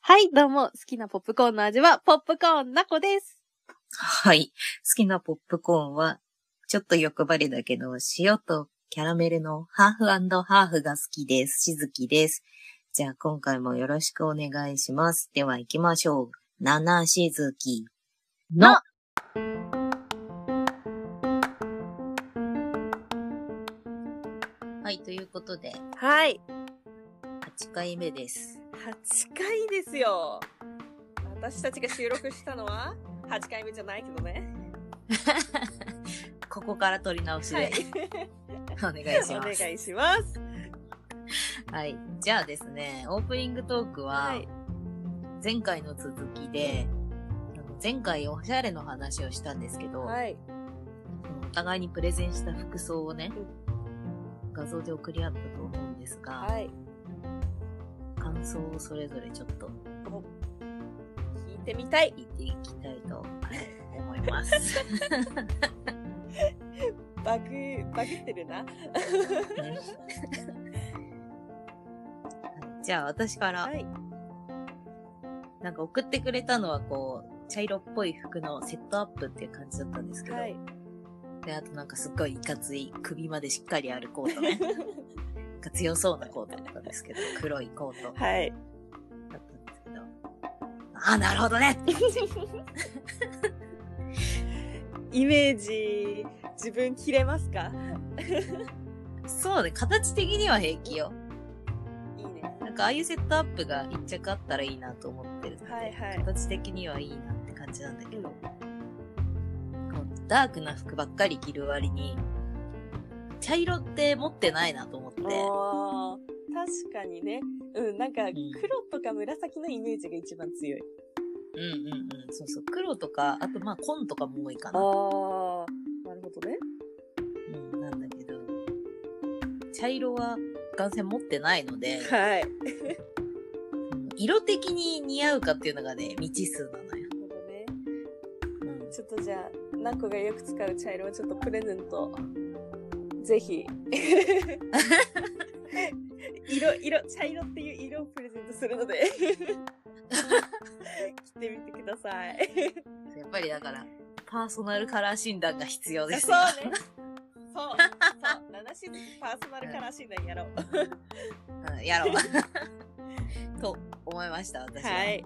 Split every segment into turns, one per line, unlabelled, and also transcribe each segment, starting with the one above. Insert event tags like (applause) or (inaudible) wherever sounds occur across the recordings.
はい、どうも、好きなポップコーンの味は、ポップコーンなこです。
はい。好きなポップコーンは、ちょっと欲張りだけど、塩とキャラメルのハーフハーフが好きです。しずきです。じゃあ今回もよろしくお願いします。では行きましょう。七しずきの。はい、ということで、
はい、
8回目です。
8回ですよ。私たちが収録したのは、8回目じゃないけどね。
ここから取り直しで、
はい
(laughs) お願いし
お
ます。
願いします。
はい。じゃあですね、オープニングトークは、
はい
前回の続きで、あの前回おしゃれの話をしたんですけど、
はい。
お互いにプレゼンした服装をね、画像で送り合ったと思うんですが、
はい。
感想をそれぞれちょっと
聞いてみたい。
言っていきたいとはい思います。
(laughs) バグ、バグってるな。
はいじゃあ私から、
はい。
なんか送ってくれたのはこう、茶色っぽい服のセットアップっていう感じだったんですけ
(laughs)
ど、
はい。
で、あとなんかすっごいいかつい首までしっかりあるコートね。なんか強そうなコートだったんですけど、黒いコートだっ
はい。
たんですけど。ああ、なるほどね
イメージ、自分切れますか
そうね、形的には平気よ。
いいね。
なんかああいうセットアップが一着あったらいいなと思ってるので、
はいはい
形的にはいいなって感じなんだけど、こうダークな服ばっかり着る割に、茶色って持ってないなと思って、
あー確かにね。うん、なんか
ん
黒とか紫のイメージが一番強い。
うんうんうん、そうそう、黒とか、あとまあ紺とかも多いかな。
ああ、なるほどね。
うん、なんだけど、茶色は眼線持ってないので、
はい。なる
色的に似合うかっていうのがね、未知数なのよ。
ほどね。
うん、
ちょっとじゃあ、ナコがよく使う茶色をちょっとプレゼント。ぜひ。色、色、茶色っていう色をプレゼントするので。着てみてください。
やっぱりだから、パーソナルカラー診断が必要です
そ
よ。
うね。そう。そう。七しずきパーソナルカラー診断やろう。
(laughs) うん、やろう。
(laughs)
と思いました、私は。
はい。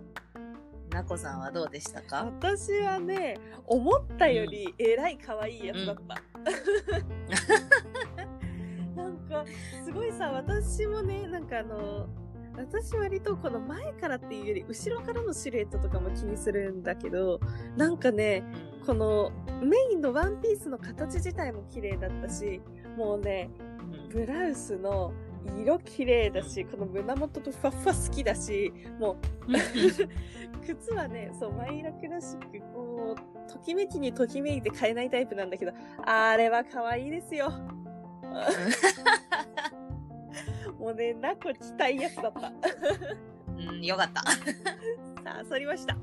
なこさんはどうでしたか
私はね思ったよりえらい可愛いやつだった、 (laughs) なんかすごいさ私もねなんかあの私割とこの前からっていうより後ろからのシルエットとかも気にするんだけどなんかねこのメインのワンピースの形自体も綺麗だったしもうね
うん
ブラウスの色綺麗だしこの胸元とふわふわ好きだしもう靴はね、そう、マイラクラシック、こう、ときめきにときめいて買えないタイプなんだけど、あれは可愛いですよ。もうね、ナコ着たいやつだった。
うん、よかった。
さあ、反りました。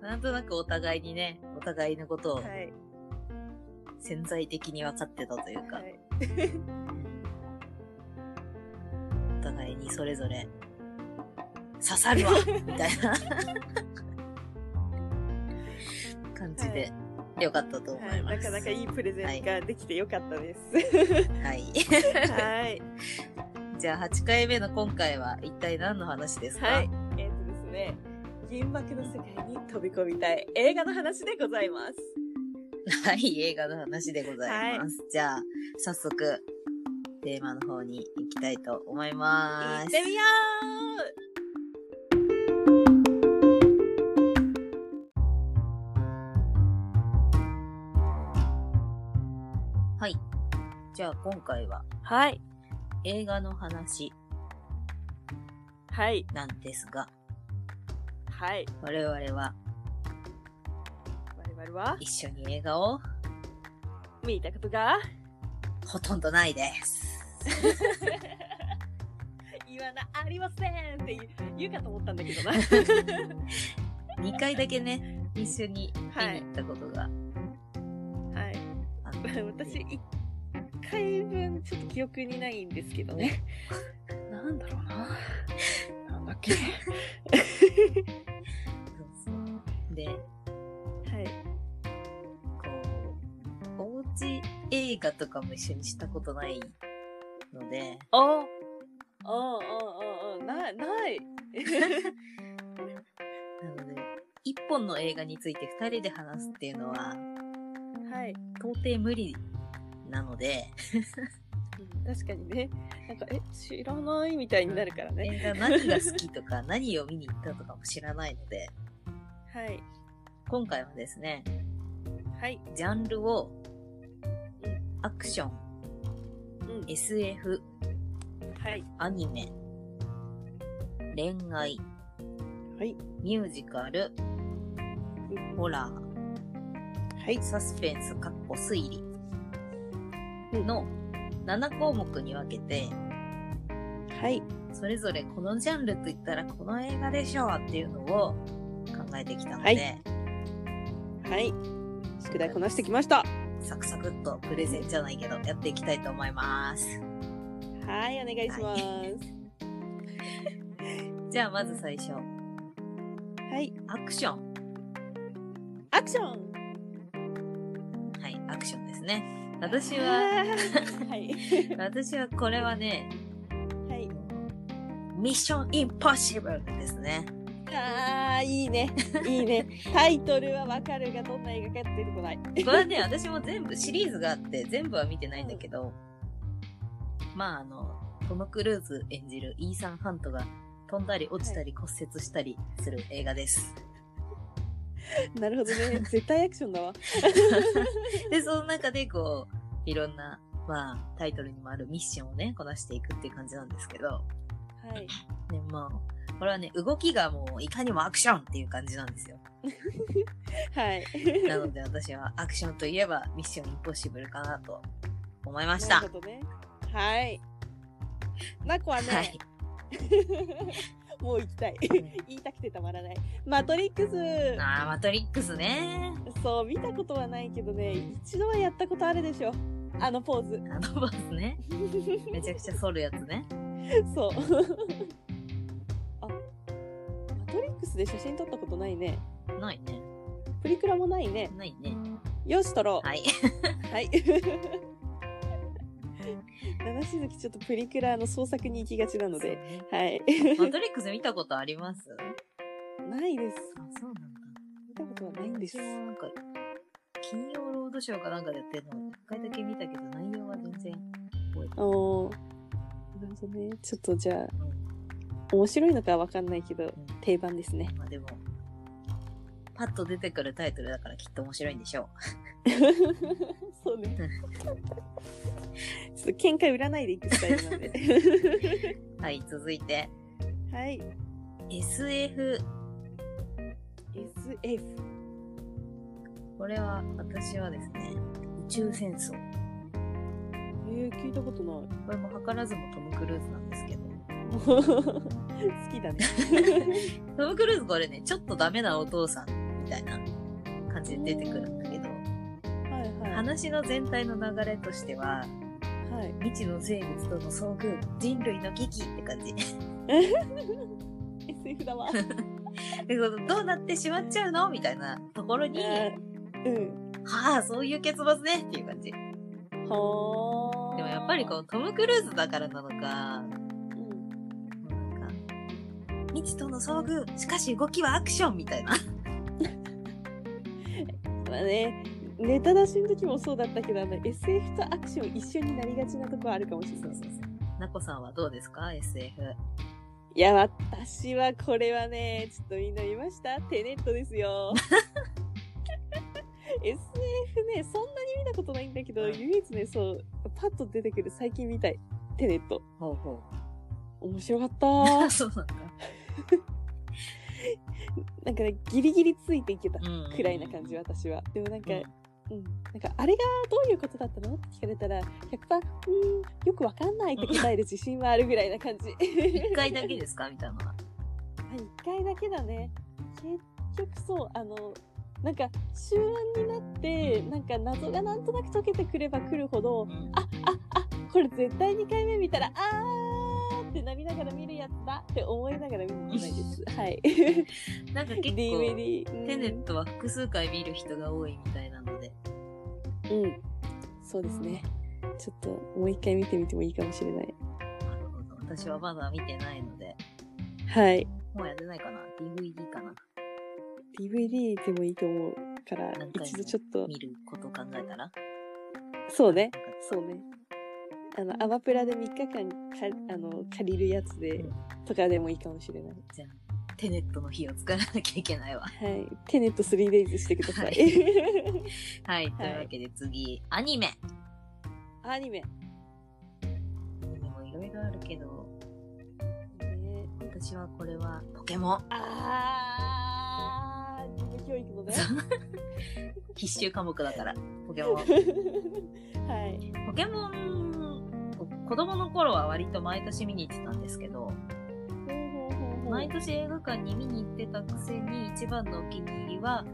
なんとなくお互いにね、お互いのこと
は
を
い。
潜在的に分かってたというか、
はい
お互いにそれぞれ、刺さるわみたい
(laughs)
な感じで、よかったと思
はいい、
ます。
なかなかいいプレゼンができてよかったです。
はい。 (laughs)
はい。
じゃあ8回目の今回は一体何の話ですか、
はい。えっ、とですね、銀幕の世界に飛び込みたい映画の話でございます。
(laughs) はい、映画の話でございます。じゃあ、早速、テーマの方に行きたいと思い
行っ
ます。
てみよ
はい。じゃあ、今回は
うはい。
映画の話
はい。
なんですが、
はい。
我々は
我々は、
一緒に映画を
見たことが
ほとんどないです。
(laughs) 言わなありませんって言う言うかと思ったんだけ (laughs) どな
2回だけね、一緒に見
はい
に行ったことが
はい
あって、
(laughs) 私1回分ちょっと記憶にないんですけどねなんだろうなっけ
で、
はい。
こう、おうち映画とかも一緒にしたことないので、
ああ、ああ、ああ、ない、 (laughs) ない。
なので、一本の映画について二人で話すっていうのは、
はい。
到底無理なので、
確かにね。なんか、え、知らないみたいになるからね。
映画何が好き
(laughs)
とか何を見に行ったとかも知らないので、
はい。
今回はですね、
はい。
ジャンルを
うん、
アクション、
うん。
SF、
はい。
アニメ、恋愛、
はい。
ミュージカル、ホラー、
はい。
サスペンス、かっこ推理
うん
の7項目に分けて、
はい。
それぞれこのジャンルと言ったらこの映画でしょうっていうのを考えてきたので、
はいはい。宿題こなしてきました。
サクサクっとプレゼンじゃないけどやっていきたいと思います。
はい、お願いします。
じゃあまず最初、
はい。
アクション。
アクション
はい、アクションですね。私は、
はい。
私はこれはね、
はい。
ミッションインポッシブルですね。
あー、いいね。いいね。タイトルはわかるが、どんな映画か出てこない。
(laughs) これはね、私も全部シリーズがあって、全部は見てないんだけど、まああの、トム・クルーズ演じるイーサン・ハントが飛んだり落ちたり骨折したりする映
(laughs)
画です。
なるほどね。絶対アクションだわ。
で、その中でこう、いろんな、まあタイトルにもあるミッションをね、こなしていくっていう感じなんですけど、
はい。
でまあ、これはね、動きがもういかにもアクションっていう感じなんですよ。
はい。
なので私はアクションといえばミッションインポッシブルかなと思いまし
な
た
る。ほどね。はい。なこはね、
はい。
もう行きたい。言いたくてたまらない。マトリックス
ああ、マトリックスね。
そう、見たことはないけどね、一度はやったことあるでしょ。あのポーズ。
あのボスね。めちゃくちゃ反るやつね。
そう。 (laughs) あ、マトリックスで写真撮ったことないね。
ないね。
プリクラもないね。
ないね。
よし、撮ろ
はい。
う。はい。七しずきちょっとプリクラの創作に行きがちなので。はい。
(laughs) マトリックス見たことあります
ないです。
あ、そうなんだ。
見たことはないんです
私。もなんか、金曜ロードショーかなんかでやってるのを一回だけ見たけど、内容は全然覚えてない。
おー。なるほどね。ちょっとじゃあ、
うん
面白いのかはわかんないけど、定番ですね。 (laughs)
まあでも、パッと出てくるタイトルだからきっと面白いんでしょ
そうね。ちょっと喧嘩売らないでいくスタイルなんで。 (laughs)
う。はい、続いて、
はい。
SF。
SF。
これは、私はですね、宇宙戦争。
えー、聞いたことない。
これも図らずもトム・クルーズなんですけど、
(laughs) 好きだね。
(laughs) トム・クルーズこれね、ちょっとダメなお父さんみたいな感じで出てくるんだけど、
はいはい。
話の全体の流れとしては、
はい。
未知の生物との遭遇、人類の危機って感じ。 (laughs)
SF だわ。
でそのどうなってしまっちゃうのみたいなところに、は
うん。
あ、そういう結末ねっていう感じ。で
はー。
もやっぱりこう、トム・クルーズだからなのか、
うん。
もうなんか、未知との遭遇、しかし動きはアクションみたいな。 (laughs)
まあね、ネタ出しの時もそうだったけど、あの SF とアクション一緒になりがちなとこあるかもしれない。
なこさんはどうですか ?SF。
いや、私はこれはね、ちょっとみんな見ましたテネットです
(laughs)
よ。SF ね、そんなに見たことないんだけど、
うん
唯一ね、そう、パッと出てくる最近みたい。テネット。
ほうほ
面白か
(laughs)
った
あ、
ー。
(laughs) そうなんだ。
なんかね、ギリギリついていけた。 (laughs)
うん
くらいな感じ、。私は。でもなんか、
うん
うん。なんか、あれがどういうことだったのって聞かれたら、100%、うーん、よくわかんないって答える自信はあるぐらいな感じ。 (laughs)
一回だけですかみたいな。
あ一回だけだね結局そうあのなんか終盤になってなんか謎がなんとなく解けてくればくるほど
うん
あああこれ絶対2回目見たらあーってなりながら見るやつだって思いながら見てないです。はい。 (laughs)
なんか結構、
DVD。
テネットは複数回見る人が多いみたいなので。
うん。うん。そうですね。ちょっともう一回見てみてもいいかもしれない。
なるほど。私はまだ見てないので、
はい。
もうやってないかな ?DVD かな
DVD でもいいと思うから
何回も、
一度ちょっと、
見ること考えたら。
そうね。
なんか
そうね。あの、アマプラで3日間かあの借りるやつで、とかでもいいかもしれない。
じゃあ、テネットの日を作らなきゃいけないわ。 (laughs)
はい。テネット 3days してください。
はい。というわけで次、アニメ。
(laughs) アニメ。
アニメもいろいろあるけど、
ね、
私はこれはポケモン。
あー、義務教育のね。
必修科目だから、ポ (laughs) ケモン。
(laughs) はい。
ポケモン、子供の頃は割と毎年見に行ってたんですけど、毎年映画館に見に行ってたくせに一番のお気に入りは、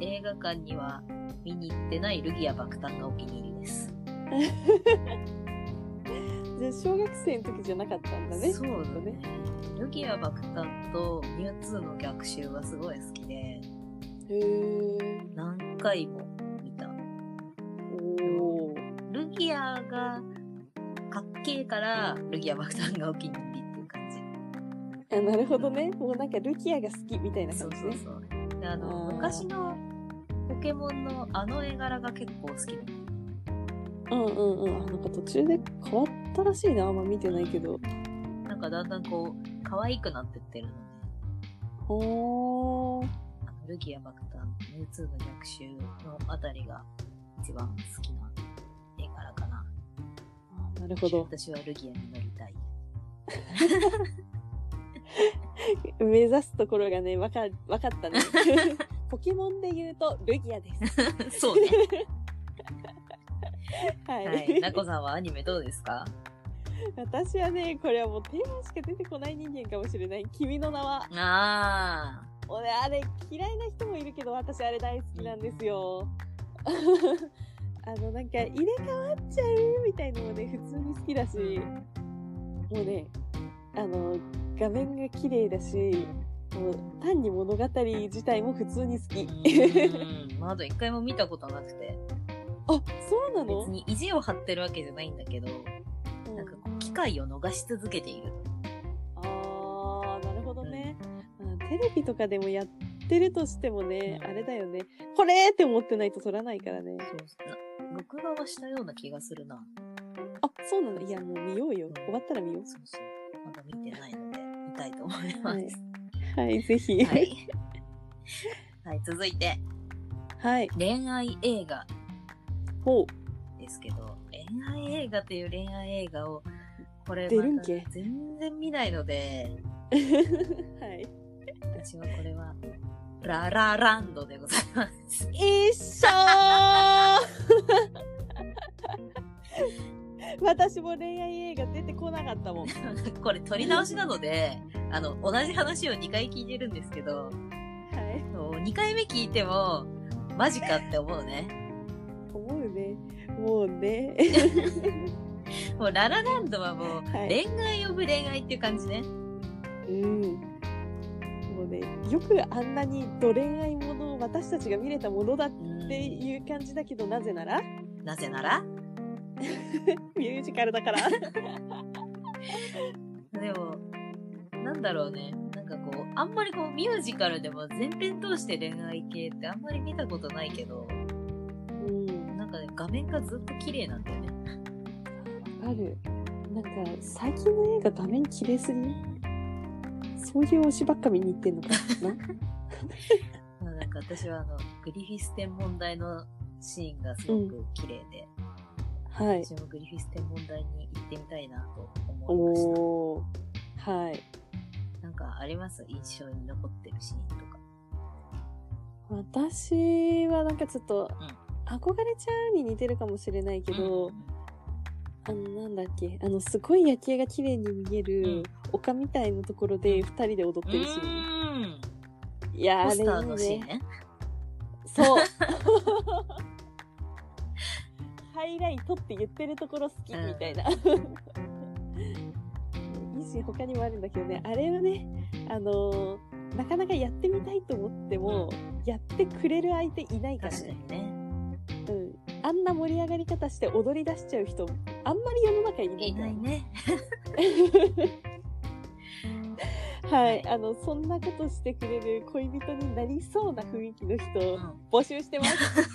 映画館には見に行ってないルギア爆誕がお気に入りです。
じゃあ小学生の時じゃなかったんだね。
そうだね。ルギア爆誕とミュウツーの逆襲がすごい好きで、
へー。
何回も見た。
おー。
ルギアがかっけえから、ルギア爆誕がお気に入りっていう感じ。
あなるほどね。もうなんかルキアが好きみたいな
そ
感
う
じ
そう
ね。
そう。であの、
あー
昔のポケモンのあの絵柄が結構好きで、
うんうんうん。あなんか途中で変わったらしいな。あんま見てないけど。
なんかだんだんこう、可愛くなってってるので、
おー。
あのルギア爆誕、ミュウツーの逆襲のあたりが一番好きな絵柄かな。
あなるほど。
私はルギアになりたい。 (laughs)
目指すところがね、わか、わか
(laughs)
ったね。ポケモンで言うと、ルギアです。
そうね。
はい。
はい。ナコさんはアニメどうですか
私はね、これはもうテーマしか出てこない人間かもしれない。君の名は。
あ
俺、あれ嫌いな人もいるけど、私あれ大好きなんですよ。 (laughs) あの、なんか入れ替わっちゃうみたいのもね、普通に好きだし、もうね、あの、画面が綺麗だし、もう単に物語自体も普通に好
ー。
(laughs)
う
き。
ーん。まだ一回も見たことなくて、
あ、そうなの
別に意地を張ってるわけじゃないんだけど、
うん
なんかこう、機会を逃し続けている。
あー、なるほどね。うんテレビとかでもやってるとしてもね、あれだよね。これって思ってないと撮らないからね。
そうな録画はしたような気がするな。
あ、そうなのいや、もう見ようよ。終わったら見よう。
そうそう。まだ見てないので、見たいと思いま
はい
す。。
はい、ぜひ。
は。い。はい、続いて、
はい。
恋愛映画
ほ
ですけど、恋愛映画っていう恋愛映画を、これ
出るんけ
また全然見ないので、
う。 (laughs) はい。
私はこれは、ララランドでございます。 (laughs)
一緒ー (laughs) 私も恋愛映画出てこなかったもん。
これ撮り直しなので、あの、同じ話を2回聞いてるんですけど、
はい。
2回目聞いても、マジかって思うね。
思うね。もうね。 (laughs)
もうララランドはもう
はい
恋愛呼ぶ恋愛っていう感じね。
うん。もうね、よくあんなにド恋愛ものを私たちが見れたものだっ
うん
ていう感じだけど、なぜなら
なぜなら
ミュージカルだ (laughs) から。
でも、なんだろうね。なんかこう、あんまりこうミュージカルでも全編通して恋愛系ってあんまり見たことないけど、
うん。
なんかね、画面がずっと綺麗なんだよね。
ある。なんか、最近の映画画面綺麗すぎそういう推しばっか見に行ってんのかな
まあなんか私はあの、グリフィス天文台のシーンがすごく綺麗で、 (laughs)
はい。
私もグリフィス天文台に行ってみたいなと思いまし
おー。はい。
た。なんかあります印象に残ってるシーンとか。
私はなんかちょっと
うん、
憧れちゃうに似てるかもしれないけど、
うん
あの、なんだっけ、あの、すごい夜景が綺麗に見える、
うん
丘みたいなところで二人で踊ってるシ
う
ーン。
ーん。
いやー、あ
ポ
れい
ス
い
ターのシーン
ね。
ね。
(laughs) そう。ハイライトって言ってるところ好きみたいな。一し、他にもあるんだけどね、あれはね、あのーなかなかやってみたいと思っても、やってくれる相手いないから
確か
ね。
にね。
うん。あんな盛り上がり方して踊り出しちゃう人、あんまり世の中いない
い
から
ないね。
はい、あの、そんなことしてくれる恋人になりそうな雰囲気の
う
人、
ん
募集してます。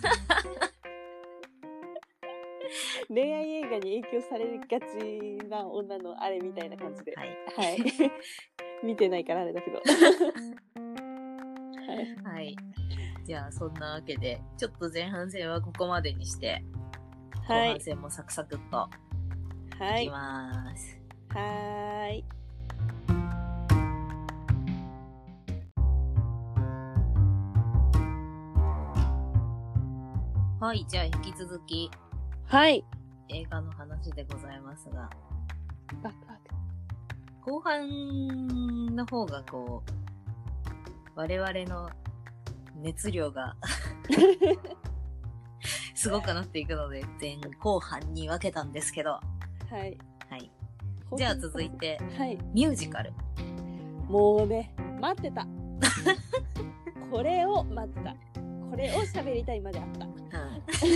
恋愛映画に影響されがちな女のあれみたいな感じで。
はい。
はい。見てないからあれだけど。はい。
はい。じゃあ、そんなわけで、ちょっと前半戦はここまでにして、後
は
半
い。
戦もサクサクっと
はい
き
い。
ます。
はーい。
はい、じゃあ引き続き
はい。
映画の話でございますが、
バックバック。
後半の方がこう、我々の熱
(laughs)
量が、すごくなっていくので、前後半に分けたんですけど、は
はい。
い。じゃあ続い。て、
はい。
ミュージカル。
もうね、待ってた。これを待ってた。これを喋りたいまであった。
(laughs)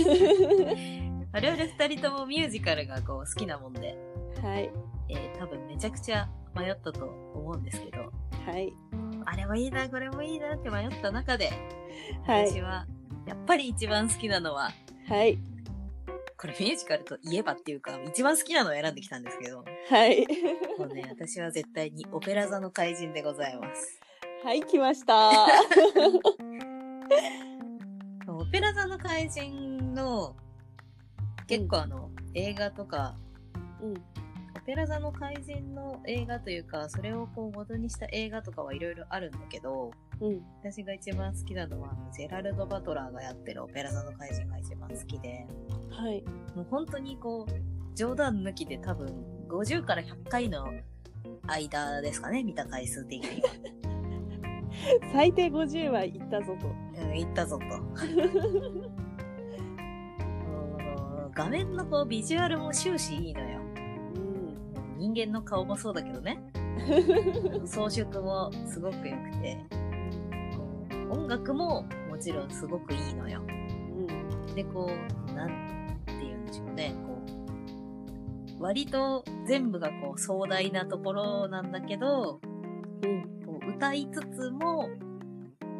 我々二人ともミュージカルがこう好きなもんで、
はい。
えー多分めちゃくちゃ迷ったと思うんですけど、
はい。
あれもいいな、これもいいなって迷った中で、
は
私
い。
はやっぱり一番好きなのは、
はい。
これミュージカルといえばっていうか、一番好きなのを選んできたんですけど、
(laughs) はい。
もうね、私は絶対にオペラ座の怪人でございます。
はい、来ました。
オペラ座の怪人の、結構あの、映画とか、
うん。
オペラ座の怪人の映画というか、それをこう元にした映画とかはいろいろあるんだけど、
うん。
私が一番好きなのは、あのジェラルド・バトラーがやってるオペラ座の怪人が一番好きで、
はい。
もう本当にこう、冗談抜きで多分、50から100回の間ですかね、見た回数的には。
最低50は行ったぞと。
うん、行ったぞと。 (laughs) もう画面のこう、ビジュアルも終始いいのよ。
うん。
人間の顔もそうだけどね。装飾もすごく良くて、こう音楽ももちろんすごくいいのよ。
うん。
で、こう、なんて言うんでしょうね、こう、割と全部がこう壮大なところなんだけど、
うん。
こう歌いつつも、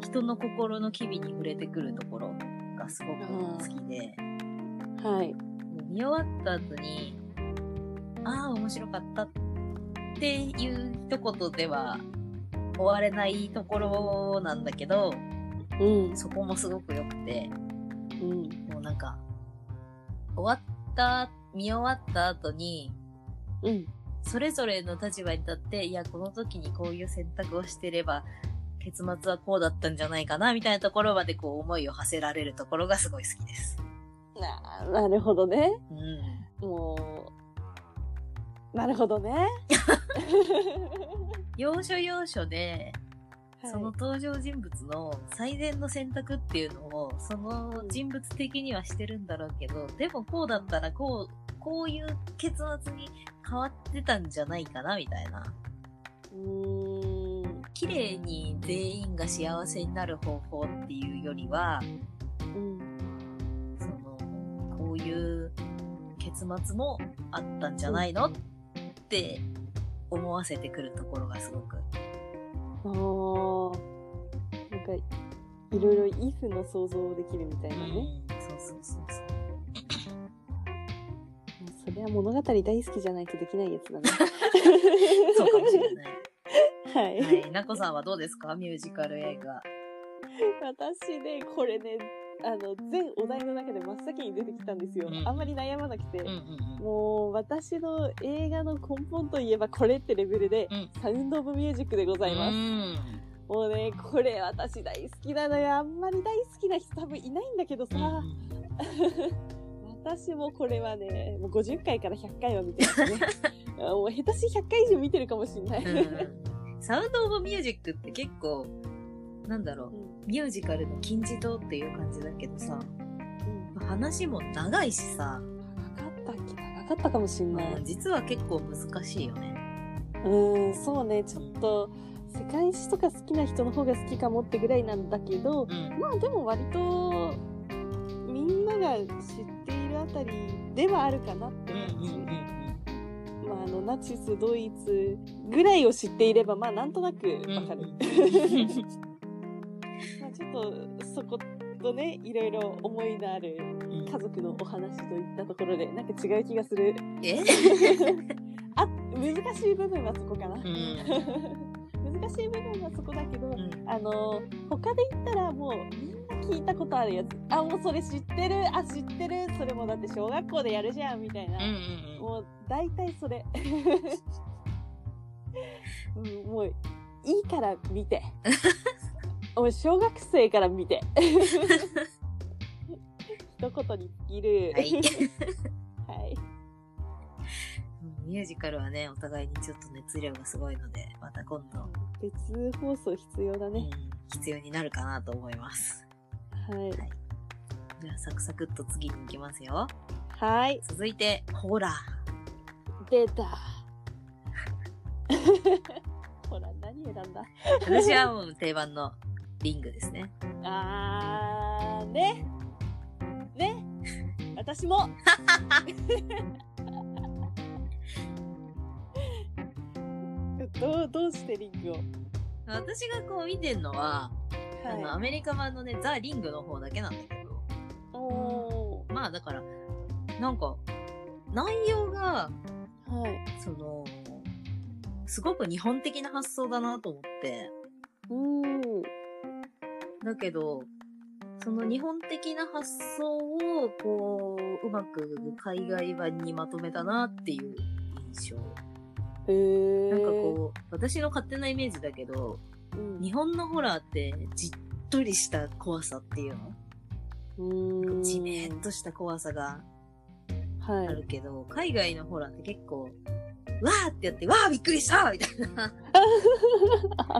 人の心の機微に触れてくるところがすごく好きで、
はい。
もう見終わった後に、ああ、面白かったっていう一言では終われないところなんだけど、
うん。
そこもすごく良くて、
うん。
もうなんか、終わった、見終わった後に、
うん。
それぞれの立場に立って、いや、この時にこういう選択をしてれば、結末はこうだったんじゃないかな、みたいなところまでこう思いを馳せられるところがすごい好きです。
ななるほどね。
うん。
もう、なるほど (laughs) ね。
要所要所で、
はい
その登場人物の最善の選択っていうのを、その人物的にはしてるんだろうけど、でもこうだったらこう、こういう結末に変わってたんじゃないかな、みたいな。
うーん。
綺麗に全員が幸せになる方法っていうよりは、
うん。
その、こういう結末もあったんじゃないのって思わせてくるところがすごく。
あーなんか、いろいろイフの想像できるみたいなね。
そうそうそうそう。
それは物語大好きじゃないとできないやつだね。
(laughs) そうかもしれない。
はい。
はい、なこさんはどうですかミュージカル映画。
私ね、これね、あの、全お題の中で真っ先に出てきたんですよ。
うん
あんまり悩まなくて。
ん
もう、私の映画の根本といえばこれってレベルで、
うん
サウンドオブミュージックでございます。もうね、これ私大好きなのよ。あんまり大好きな人多分いないんだけどさ。私もこれはね、もう50回から100回は見てます
(laughs)
ね。あもう下手し100回以上見てるかもしれない。
サウンド・オブ・ミュージックって結構、なんだろう、ミュージカルの金字塔っていう感じだけどさ、
うん
話も長いしさ、
長かったっけ長かったかもしんない。
実は結構難しいよね。
ううん、そうね、ちょっと、世界史とか好きな人の方が好きかもってぐらいなんだけど、
うん。
まあでも割と、みんなが知っているあたりではあるかなって
うん
感
うんう
じ。
んうん。
まああの、ナチス、ドイツぐらいを知っていれば、まあなんとなくわかる。まあちょっと、そことね、いろいろ思いのある家族のお話といったところで、なんか違う気がす
(laughs)
る。
え
あ、難しい部分はそこかな。
うん。
(laughs) 難しい部分はそこだけど、
ん
あの他で言ったらもうみんな聞いたことあるやつあもうそれ知ってるあ知ってるそれもだって小学校でやるじゃんみたいな、
うんうん
もう大体それ、 (laughs) うん、もういいから見
(laughs)
てもう小学生から見て (laughs) 一言に尽きる
はい
(laughs) はい
うん。ミュージカルはね、お互いにちょっと熱量がすごいので、また今度、
別放送必要だ
う
ね
ん、必要になるかなと思います。
はい
じゃあ、サクサクっと次に行きますよ。
はい
続いて、ホラー。
出た。 (laughs) ほら、何選んだ
私はもう定番のリングですね。
あー、ね。ね。私も。 (laughs) どう、どうしてリングを。
私がこう見てんのは、あの、アメリカ版のね、ザ・リングの方だけなんだけど、
い。お
まあだから、なんか、内容が、
ー。はい。
その、すごく日本的な発想だなと思って、
うーん。
だけど、その日本的な発想を、こう、うまく海外版にまとめたなっていう印象。
えー。
なんかこう、私の勝手なイメージだけど、
うん、
日本のホラーってじっとりした怖さっていう
うー
の
ん
じめっとした怖さが
は
あ
い
る。けど、海外のホラーって結構、わーってやって、わーびっくりしたみたいな、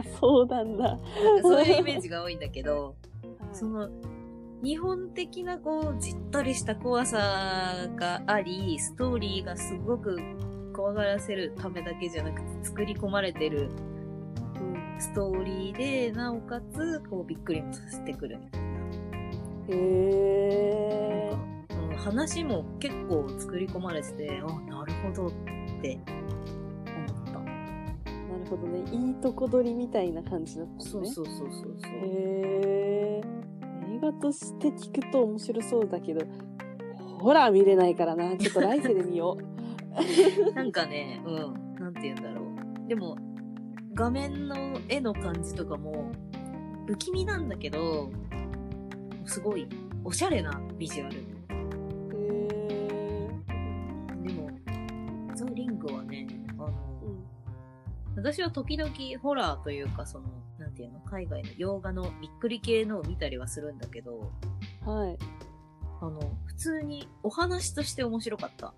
(laughs) あ、そうなんだ。
(laughs) なんかそういうイメージが多いんだけど、その、日本的なこう、じっとりした怖さがあり、ストーリーがすごく怖がらせるためだけじゃなくて、作り込まれてる
うん
ストーリーで、なおかつ、こう、びっくりもさせてくるみたいな。
えー。
うん話も結構作り込まれてて、あ、なるほどって思
な
っ。
るほどね。いいとこ取りみたいな感じだったた
そ
の
う
ね。
そうそうそうそう。
へえ。映画として聞くと面白そうだけど、ホラー見れないからな。ちょっと来世で見
(laughs)
よ
なんかね、うん、なんて言うんだろう。でも、画面の絵の感じとかも、不気味なんだけど、すごい、おしゃれなビジュアル。
う。へ
でも、ザ・リングはね、あの、
え。うん。
私は時々ホラーというか、その、なんていうの、海外の洋画のびっくり系のを見たりはするんだけど、
はい。
あの、普通にお話として面白かった、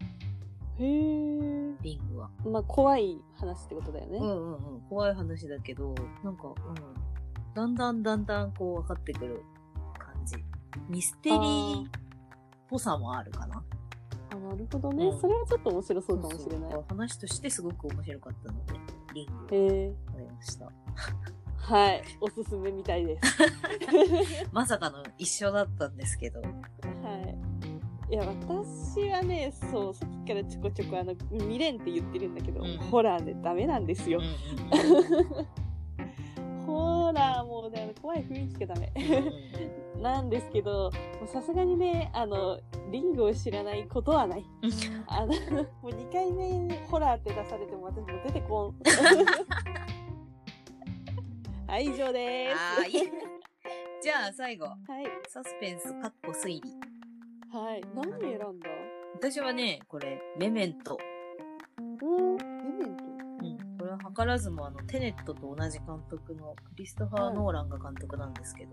へ
リングは。
え。まあ、怖い話ってことだよね。
うんうんうん。怖い話だけど、なんか、うん。だんだんだんだんこう分かってくる感じ。ミステリーっぽさもあるかな。
あ、なるほどね、
うん
それはちょっと面白そうかもしれない。
そうそう話としてすごく面白かったので、リングを
へえ。
買いました。
はい。おすすめみたいです。
まさかの一緒だったんですけど。
はい。いや、私はね、そう、さっきからちょこちょこあの、未練って言ってるんだけど、
うん
ホラーでダメなんですよ
うん。
(laughs) ホラーもね、 (laughs) 怖い雰囲気がダメ。
うん
なんですけど、もうさすがにね、あの、リングを知らないことはない。
うん
あの、もう2回目ホラーって出されても私も出てこん。 (laughs) はい、以上で
あーいいじゃあ最後、
す。はい。
サスペンス、かっこ推理。
はい。何選んだ
私はね、これ、メメント。
うん。エメント
うん、これは図らずもあのテネットと同じ監督のクリストファー・ノーランが監督なんですけど、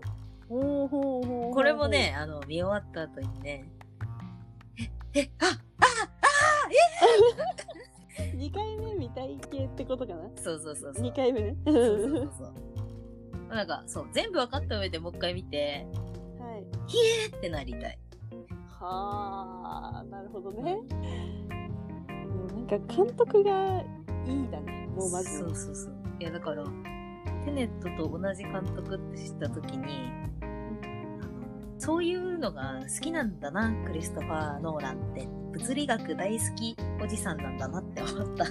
おーほーほーほー
これも。ねあの見終わった後にねええあ
2回目見たい系ってことかな
そうそうそうそう
?2 回目ね。
そうそうそうそうまあなんかそう全部分かった上でもう一回見て
(laughs) はい。
えってなりたい
はあ、なるほどね。もうなんか監督がいいだね。もうまず
そ
いう
そうそう。いや、だから、テネットと同じ監督って知ったときに、あのそういうのが好きなんだな、クリストファー・ノーランって。物理学大好きおじさんなんだなって思った。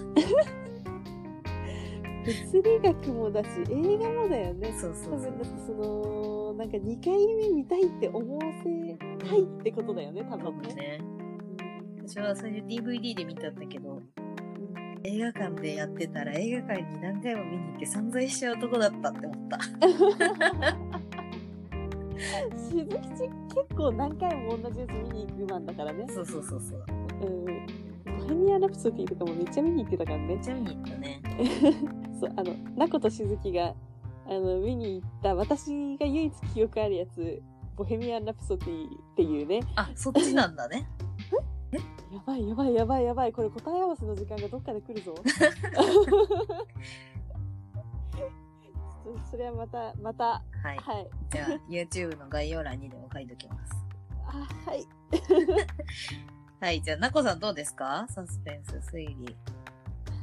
物理学もだし映画もだよね
そうそ
多
う
分。
そう
だってそのなんか2回目見たいって思わせたいってことだよね多
多
分
分
ね
ね。私は最初 DVD で見たんだけど、映画館でやってたら映画館に何回も見に行って散財しちゃうとこだったって思った。
鈴木ち結構何回も同じやつ見に行くマンだからね
そうそうそうそう。
うんボヘミアン・ラプソディとかもめっちゃ見に行ってたからね
めっちゃ見に行ったね。
そうあのナコと鈴木があの見に行った私が唯一記憶あるやつ「ボヘミアン・ラプソディ」っていうね
あ、そっちなんだ (laughs) ね。
やばいやばいやばいやばいこれ答え合わせの時間がどっかで来る
(laughs)
ぞそそれはまたまた
はい。
はい
じゃあ、YouTube の概要欄にでも書いておきます。
あはい
はい、じゃあ、なこさんどうですかサスペンス、推理。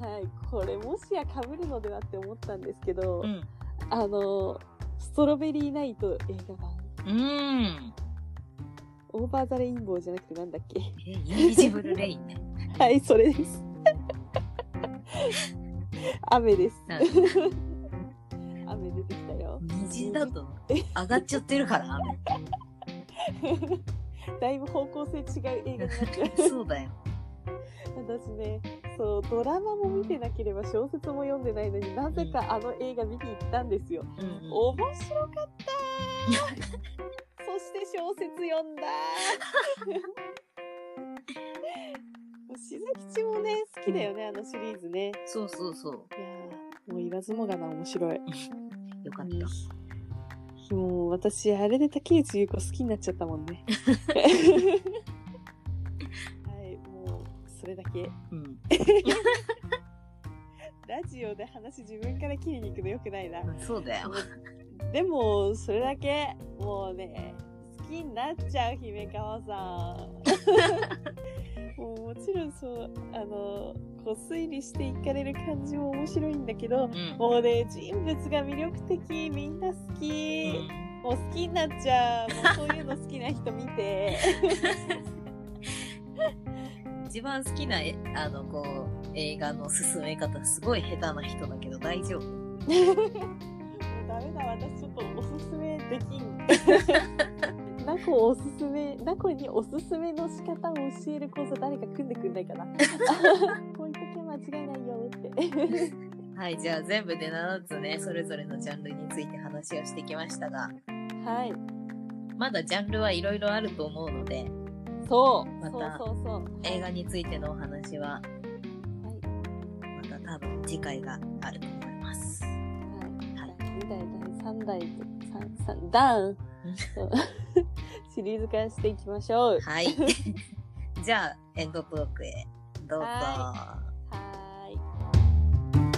はいこれもしやかぶるのではって思ったんですけど、
うん。
あのストロベリーナイト映画版
うん。
オーバーザレインボーじゃなくてなんだっけ
え、インビジブルレインね。 (laughs)
はい、それです。 (laughs) 雨です。 (laughs) 雨出てきたよ。 (laughs)
虹だと上がっちゃってるから、 (laughs) 雨。
だいぶ方向性違う映画になっちゃう。
そうだよ。
私ね、そう、ドラマも見てなければ小説も読んでないのになぜかあの映画見に行ったんですよ。
うんうん
面白かったーそして小説読んだー静吉もね、好きだよね、あのシリーズね。
そうそうそ
いやーもう言わずもがな面白い。
う。よかった。
もう私あれで竹内優子好きになっちゃったもん (laughs) ねはいもうそれだけ
うん。
ラジオで話自分から切りに行くのよく (laughs) ないな
そうだよ。
でもそれだけもうね好きになっちゃう姫川さ (laughs) んもうもちろんそうあのこう推理していかれる感じも面白いんだけど
うん。
もうね人物が魅力的みんな好き、
うん
もう好きになっちゃう。もうそういうの好きな人見て。
一番好きな、えあの、こう、映画の進め方、すごい下手な人だけど大丈夫。
もうダメだ、私ちょっとおすすめできん。ナコおすすめ、ナコにおすすめの仕方を教える講座誰か組んでくんないかな。こういう時は間違いないよって。
はい、じゃあ全部で7つね、それぞれのジャンルについて話をしてきましたが、
はい。
まだジャンルはいろいろあると思うので、
そう。
ま
そ
た
うそうそう。
映画についてのお話は
はい。
また多分次回があると思います。
はい。第2代、第3代と、三三ダン
うん。
そうシリーズ化していきましょう。
はい。 (laughs) じゃあエンドトークへどうぞ。
ははーい。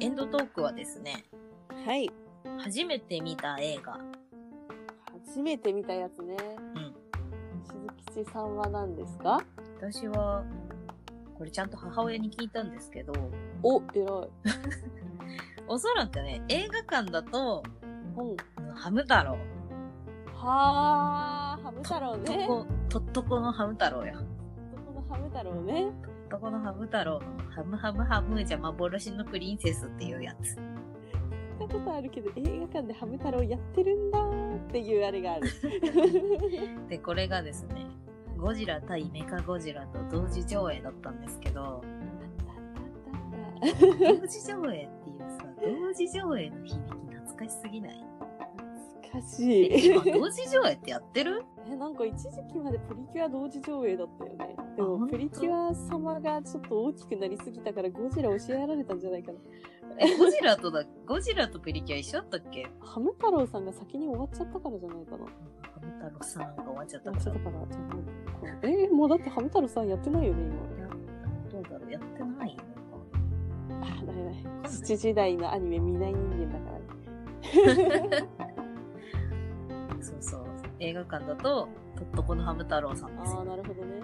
エンドトークはですね、
はい。
初めて見た映画。
初めて見たやつね。
うん。
鈴吉さんは何ですか
私は、これちゃんと母親に聞いたんですけど、
お、偉い。
おそらくね、映画館だと、
うん。
ハム太郎。
はー、ハム太郎
とっ
ね。
こ、とっとこのハム太郎よ。
男のハム太郎ね。
とっとこのハム太郎の、ハムハムハムじゃ幻のプリンセスっていうやつ。
聞いたことあるけど、映画館でハム太郎やってるんだーっていうあれ
(laughs)
がある。
で、これがですね、ゴジラ対メカゴジラと同時上映だったんですけど、同時上映っていうさ、同時上映の響き懐かしすぎない
懐かし
え
い。
今同時上映ってやってる
え、なんか一時期までプリキュア同時上映だったよね。で
あ
も
本当
プリキュア様がちょっと大きくなりすぎたからゴジラ教えられたんじゃないかな。
えゴジラとだ、ゴジラとプリキュア一緒だったっけ
ハム太郎さんが先に終わっちゃったからじゃないかな。
ハム太郎さんが終わっちゃった
や
か
っちゃ
ら
った。から、じゃあえーもうだってハム太郎さんやってないよね、
やどうだろうやってないのか
今。あ、ダメだ。7時代のアニメ見ない人間だから。
そうそう。映画館だと、とっとこのハム太郎さんです
ああ、
よ。
なるほどね。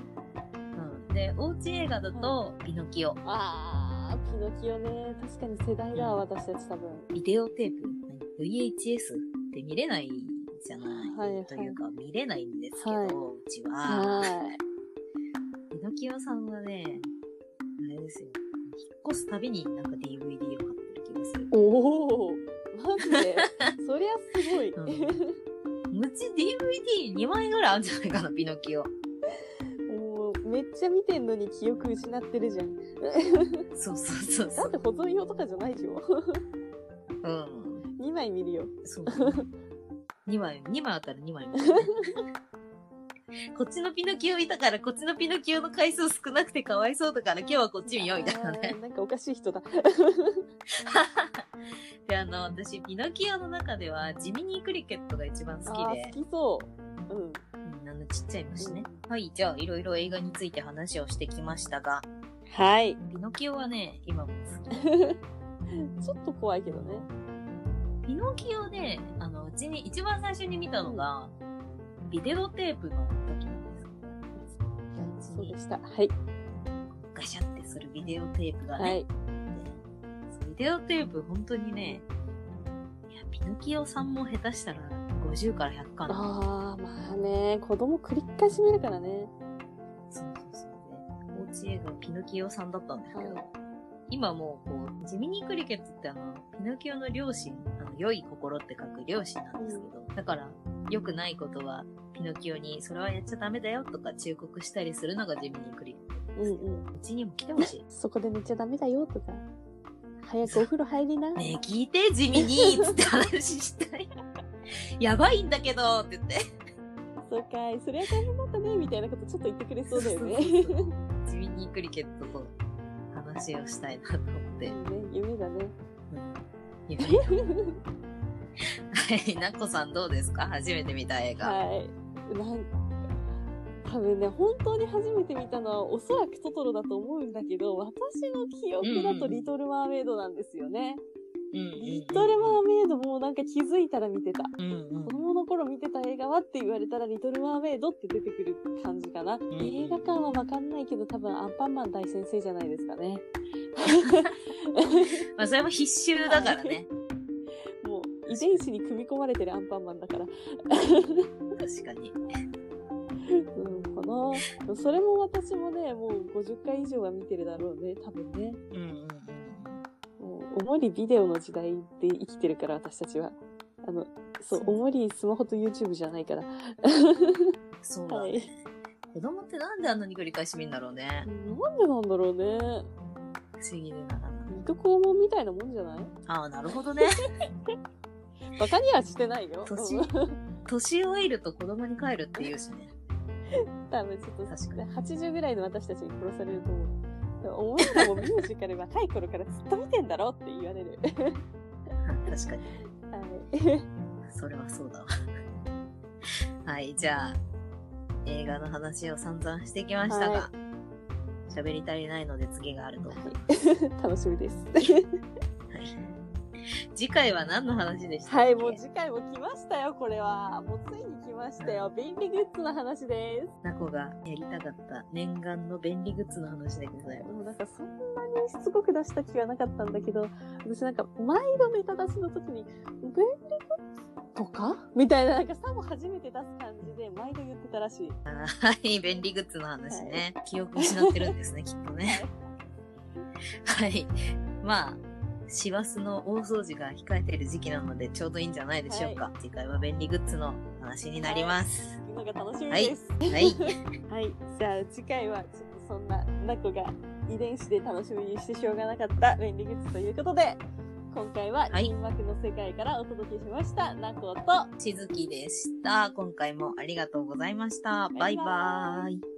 うん、で、おうち映画だと、ピノキオ。
ああ、ピノキオね。確かに世代だわ、
うん
私たち多分。
ビデオテープ、VHS って見れないじゃない、
はいはい
というか、見れないんですけど、
はいう
ちは。
は
ピノキオさんはね、あれですよ。引っ越すたびになんか DVD を買ってる気がする
い。。おお、マジで。そりゃすごい。
ううち DVD2 枚ぐらいあるんじゃないかな、ピノキオ。
もうめっちゃ見てんのに記憶失ってるじゃん。
そうそうそう
だ
そ
っ
う。
て保存用とかじゃないでしょ。
(laughs) うん。
2枚見るよ。
そう。2枚、2枚あったら2枚みたいなね。こっちのピノキオいたから、こっちのピノキオの回数少なくてかわいそうだから、今日はこっち見ようみたいなね
あ。ーなんかおかしい人だ。
で、あの、私、ピノキオの中では、地味にクリケットが一番好き
あ
で
ー、好きそう。うん。
うん、あの、ちっちゃい虫ね。はい、じゃあ、いろいろ映画について話をしてきましたが、
はい。
ピノキオはね、今も好き。
ちょっと怖いけどね。
ピノキオね、あの、うちに一番最初に見たのが、ビデオテープの時なんです。
そうでした。はい。
ガシャってするビデオテープがね、
はい。
ビデオテープ本当にね、いや、ピノキオさんも下手したら50から100かな。
ああ、まあね、子供繰り返し見るからね。
そうそうそう。で、おうち映画はピノキオさんだったんですけど、
はい
今もうこう、ジミニークリケットってあの、ピノキオの両親、あの、良い心って書く両親なんですけど、だから、良くないことは、ピノキオに、それはやっちゃダメだよとか忠告したりするのがジミニークリケットなん
うん
ですけど、
うん。
うちにも来てほしい。
そこで寝ちゃダメだよとか。早くお風呂入りな。
ねえ、聞いて、地味
(laughs)
につって話したい。やばいんだけどって言って。
そうかい。それは大変だったね。みたいなことちょっと言ってくれそうだよね。
(laughs) そう
いい
そうそう地味にクリケットと話をしたいなと思って。
ね
うん
夢だね。
夢
(laughs)
はい、なっこさんどうですか初めて見た映画。
はい。なんか、多分ね、本当に初めて見たのは、おそらくトトロだと思うんだけど、私の記憶だ
うんう
と
ん
リトル・マーメイドなんですよね。
うんうんうん
リトル・マーメイドもなんか気づいたら見てた。
うんうん
子供の頃見てた映画はって言われたら、リトル・マーメイドって出てくる感じかな。
ん
映画館はわかんないけど、多分アンパンマン大先生じゃないですかね。
まあ、それも必修だからね。
もう、遺伝子に組み込まれてるアンパンマンだから。
確かに。
うん、かな。それも私もね、もう50回以上は見てるだろうね、多分ね。
うんうんうん
もう、おもりビデオの時代で生きてるから、私たちは。あの、そう
そ、う
おもりスマホと YouTube じゃないから。
そうだ
は
ね、
い。
子供ってなんであんなに繰り返し見るんだろうね。
なんでなんだろうね。
不思議でならない。
水戸黄門みたいなもんじゃない
ああ、なるほどね。
バカにはしてないよ。
年
うん、
年老いると子供に帰るって言うしね。
(laughs) 多分ちょっと (laughs)
確かに
80ぐらいの私たちに殺されると思う。でもお前らもミュージカル若い頃からずっと見てんだろって言われる。
確かに。
はい。
それはそうだわ。 (laughs) はい、じゃあ、映画の話を散々してきましたが
は、
喋、り足りないので次があると思います。
楽しみです。
次回は何の話でしたっけ
(laughs) はい、もう次回も来ましたよ、これは。もうついに来ましたよ。便利グッズの話です。
なこがやりたかった念願の便利グッズの話でございます。
もうなんかそんなにしつこく出した気はなかったんだけど、私なんか毎度ネタ出しの時に、便利グッズとかみたいな、なんかさも初めて出す感じで毎度言ってたらしい。
はい、便利グッズの話ね。記憶失ってるんですね、きっとね。はい。まあ、師走の大掃除が控えている時期なのでちょうどいいんじゃないでしょうか。次回は便利グッズの話になります。
聞くのが楽しみです。
はい。
はい、じゃあ次回はちょっとそんななこが遺伝子で楽しみにしてしょうがなかった便利グッズということで、今回は
はい
銀幕の世界からお届けしました、なこと、
しずきでした。今回もありがとうございました。バイバ
バイバ
イ。